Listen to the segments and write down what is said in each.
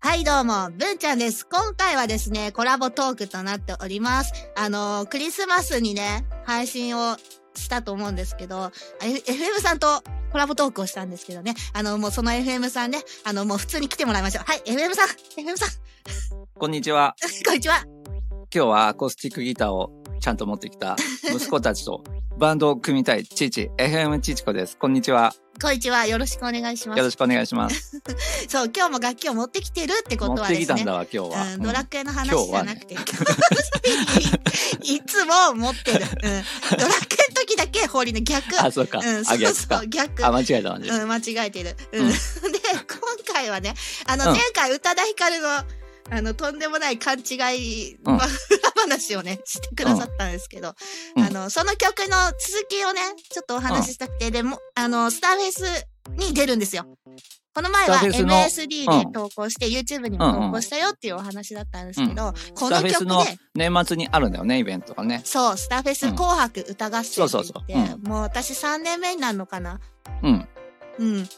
はい、どうも、ぶんちゃんです。今回はですね、コラボトークとなっております。あのークリスマスにね、配信をしたと思うんですけど、あ F- FM さんとコラボトークをしたんですけどね、あの、もうその FM さんね、あの、もう普通に来てもらいましょう。はい、FM さん、FM さん、 こんにちは。こんにちは。今日はアコースティックギターをちゃんと持ってき た息子たちとバンドを組みたいチーチ、FM チーチコです。こんにちは。こんにちは。よろしくお願いしまよろす。しくお願いし ます。そう、今日も楽器を持ってきてるってこ持とっはてできすたんねだ。わ、今日は。う、うんんドラクエの話じゃなくて、 いつも持ってる、うん、ドラクエの時だけ放りの逆あ、そうか。うん、あ、そう逆そかう。逆あ、間違えた、間違えた。うん、間違えてる、うんうん で今回はねあのうん前回宇多田ヒカルのあのとんでもない勘違い、うんまあ裏話をねしてくださったんですけど、うんあのその曲の続きをねちょっとお話ししたくて、でもあのスターフェイスに出るんですよ。この前はスターフェイスの MSD うでん投稿して YouTube にも投稿したよっていうお話だったんですけど、こスのターフェイス曲ので年末にあるんだよね、イベントがね。そうスターフェスうん紅白歌合戦ってそ言うっそうて、そうもう私3年目になるのかなうん。うん。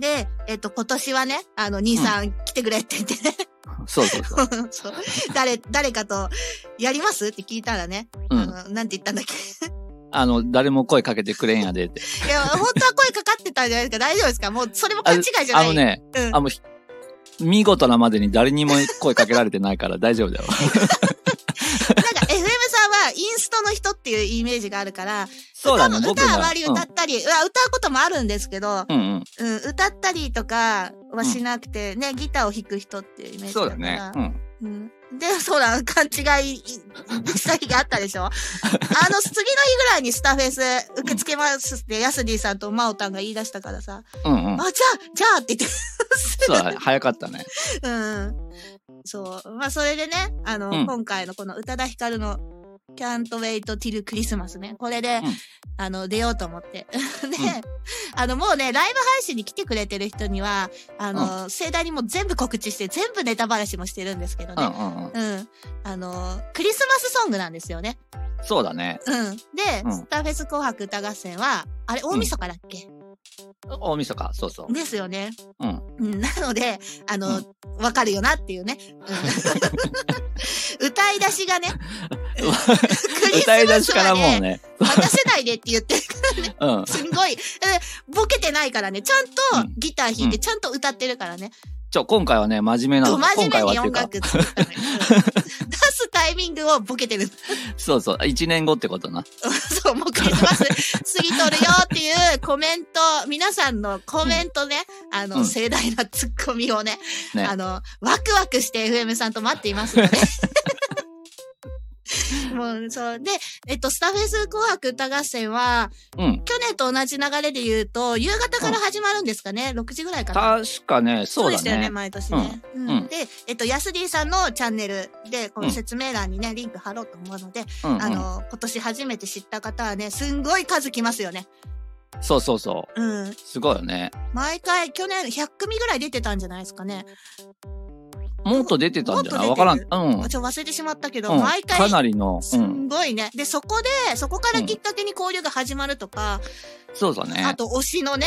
で、えっと、今年はね、あの、兄さん来てくれって言ってね、 そうそうそう。そう誰、誰かとやりますって聞いたらね、うあん。の、なんて言ったんだっけ。あの、誰も声かけてくれんやでって。いや、本当は声かかってたんじゃないですか。大丈夫ですかもう、それも勘違いじゃなあい。のね、うんあの、ひ見事なまでに誰にも声かけられてないから 大丈夫だよ。なんか FM さんはインストの人っていうイメージがあるから、そうだね、歌も僕歌はがあまり。歌ったり、うわ歌うこともあるんですけど、うんうんうん。うん、歌ったりとかはしなくて、ね、ギターを弾く人っていうイメージそうからだね。うん。うんで、そうだ、勘違いした日があったでしょあの、次の日ぐらいにスターフェス受け付けますって、ヤスディさんとマオタンが言い出したからさ、うんうんあ、じゃ。あ、じゃあって言って。そうだね、早かったね。うん。そう。まあ、それでね、あの、うん今回のこの宇多田ヒカルの Can't Wait Till Christmas ね、これで、うんあの、出ようと思って。で、んあの、もうね、ライブ配信に来てくれてる人には、あの、盛大にもう全部告知して、全部ネタ話もしてるんですけどね。うんうんううん。ん。あの、クリスマスソングなんですよね。そうだね。うん。で、うんスターフェス紅白歌合戦は、あれ、大晦日だっけ、大晦日、そうそう。ですよね。うん。うんなので、あの、わう、かるよなっていうね。 うん歌い出しがね、クリスマ歌い出しスからはもうね、ね。任せないでって言って、うん。すんごい、えボケてないからね、ちゃんうとんギター弾いて、うちゃんと歌ってるからね。ちょ、今回はね、真面目などの。真今回面は目に音っていうか、楽作ったのに。うん 出すタイミングをボケてる。そうそう、1年後ってことな。そう、もうクリスマス過ぎとるよっていうコメント、皆さんのコメントね、あの、うん盛大なツッコミをね、ねあの、ワクワクして FM さんと待っています ので。もう、そう。で、えっと、スタフェス紅白歌合戦は、うん。去年と同じ流れで言うと、夕方から始まるんですかね、6時ぐらいから。確かね、そうでだしたよね、ね。毎年ね。うんうんで、えっと、ヤスディさんのチャンネルで、こうのん説明欄にね、リンク貼ろうと思うので、うんうんあの、今年初めて知った方はね、すんごい数来ますよね。そうそうそう。うん。すごいよね。毎回、去年100組ぐらい出てたんじゃないですかね。もっと出てたんじゃないもわっと出てるからん。うん。うあちょ、忘れてしまったけど、ん毎か回、なりの、うすん。んごいね。で、そこで、そこからきっかけに交流が始まるとか、そうだあね。と、推しのね、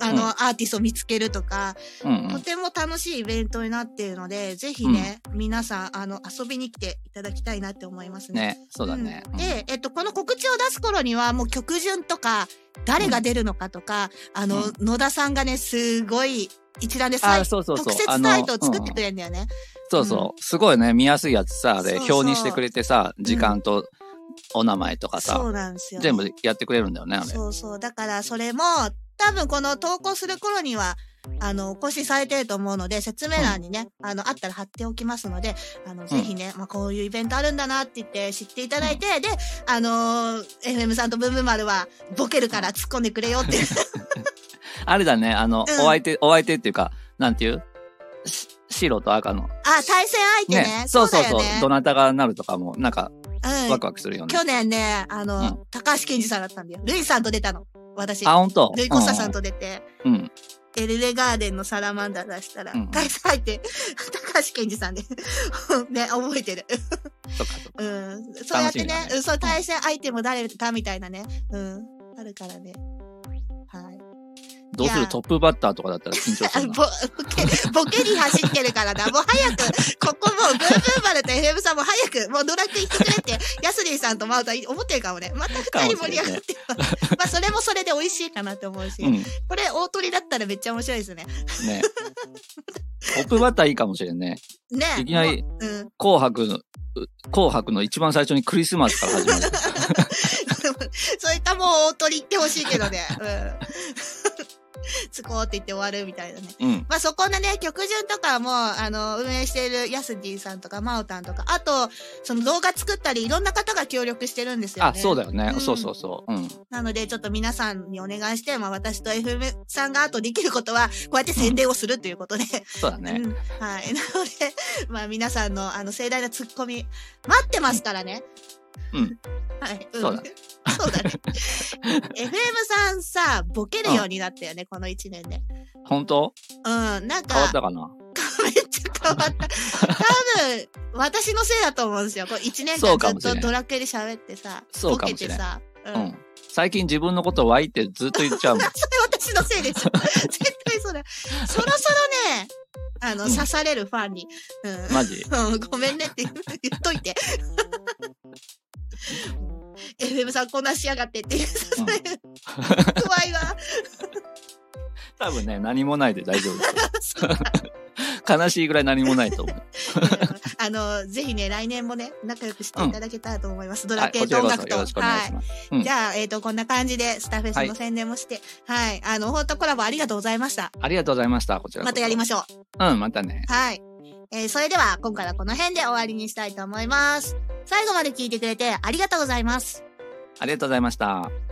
あの、うんアーティストを見つけるとか、うんうとん。ても楽しいイベントになっているので、ぜひね、皆さん、あの、遊びに来ていただきたいなって思いますね。ね、そうだね。うんで、えっと、この告知を出す頃には、もう曲順とか、誰が出るのかとか、あの、う野田さんがね、すごい一覧であさあ、そうそうそう。特設あのサイトを作ってうんくれるんだよね。そうそう。すごいね、見やすいやつさ、で、そうそう表にしてくれてさ、時間とお名前とかそさ、うなんですよ。全部やってくれるんだよね、あれ。そうそう。だから、それも、多分この投稿する頃には、あの、更新されてると思うので、説明欄にね、あの、あったら貼っておきますので、あの、ぜひね、まあ、こういうイベントあるんだなって言って知っていただいて、で、あのー FM さんとブンブン丸は、ボケるから突っ込んでくれよっていう。あれだね、あの、おうん相手、お相手っていうか、なんていうし白と赤の。あ、対戦相手ね。そうそうだそよう。ねどなたがなるとかも、なんか、うワん。クワクするよね去。年ね、あの、うん高橋健二さんだったんだよ。ルイさんと出たの。私。あ、ほんとルイコッサさんと出て、うん。うん。エルレガーデンのサラマンダー出したらうん、対戦相手、高橋健二さんで。 ね、覚えてる。そっかそっか。うん。そうやって楽しみねだ、ねうんそう、対戦相手も誰かみたいなね。うん。あるからね。はい。どうすいるやトップバッターとかだったら緊張すあるな。ぼボケ、ボケに走ってる からな。もう早く、ここもう、ブンブン丸と FM さんも早く、もうドラッグ行ってくれって、ヤスリーさんとマウタ思ってるかもね。また二人盛り上がってます。まあ、それもそれで美味しいかなって思うし。うん。これ、大鳥だったらめっちゃ面白いですね。ね。トップバッターいいかもしれんね。ねえいきなりもううん。 紅白の、う紅白の一番最初にクリスマスから始まる。そういったもう大鳥行ってほしいけどね。 うん。つこうって言って終わるみたいなね。うん。まあそこのね、曲順とかも、あの、運営しているヤスディさんとか、マオタンとか、あと、その動画作ったり、いろんな方が協力してるんですよね。あ、そうだよね。うんそうそうそう。うん。なので、ちょっと皆さんにお願いして、まあ私と FM さんがあとできることは、こうやって宣伝をするということで。そうだねう。んはい。なので、まあ皆さんの、あの、盛大なツッコミ、待ってますからね。うん。はい。んそうだ。そうだね。FM さんさ、ボケるようになったよね、この1年で。本当うん、なん変わかっ、たかなめっちゃ変わった。多分、私のせいだと思うんですよ。こう1年そうか間もしずれっないとドラクエで喋ってさ、そうボかケもしてれなさ。うん。うん。最近自分のことわいってずっと言っちゃうもん。それ私のせい です。絶対それ。そろそろね、あの、うん刺されるファンに。うん。マジうん ごめんねって言う言っといて。FM さんこんなしやがってっていう、うん怖い わ。 多分ね、何もないで大丈夫ですそよ。う悲しいぐらい何もないと 思う。あの、ぜひね、来年もね、仲良くしていただけたらと思います。ドはラい、ケこーちとら音こ楽そと。よろしくお願いします。うんじゃあ、えっ、と、こんな感じで、スターフェスの宣伝もして、はい、あの、本当コラボありがとうございました。ありがとうございました。こちらこそまたやりましょう。うん、またね。はい。えーそれでは、今回はこの辺で終わりにしたいと思います。最後まで聞いてくれてありがとうございます。ありがとうございました。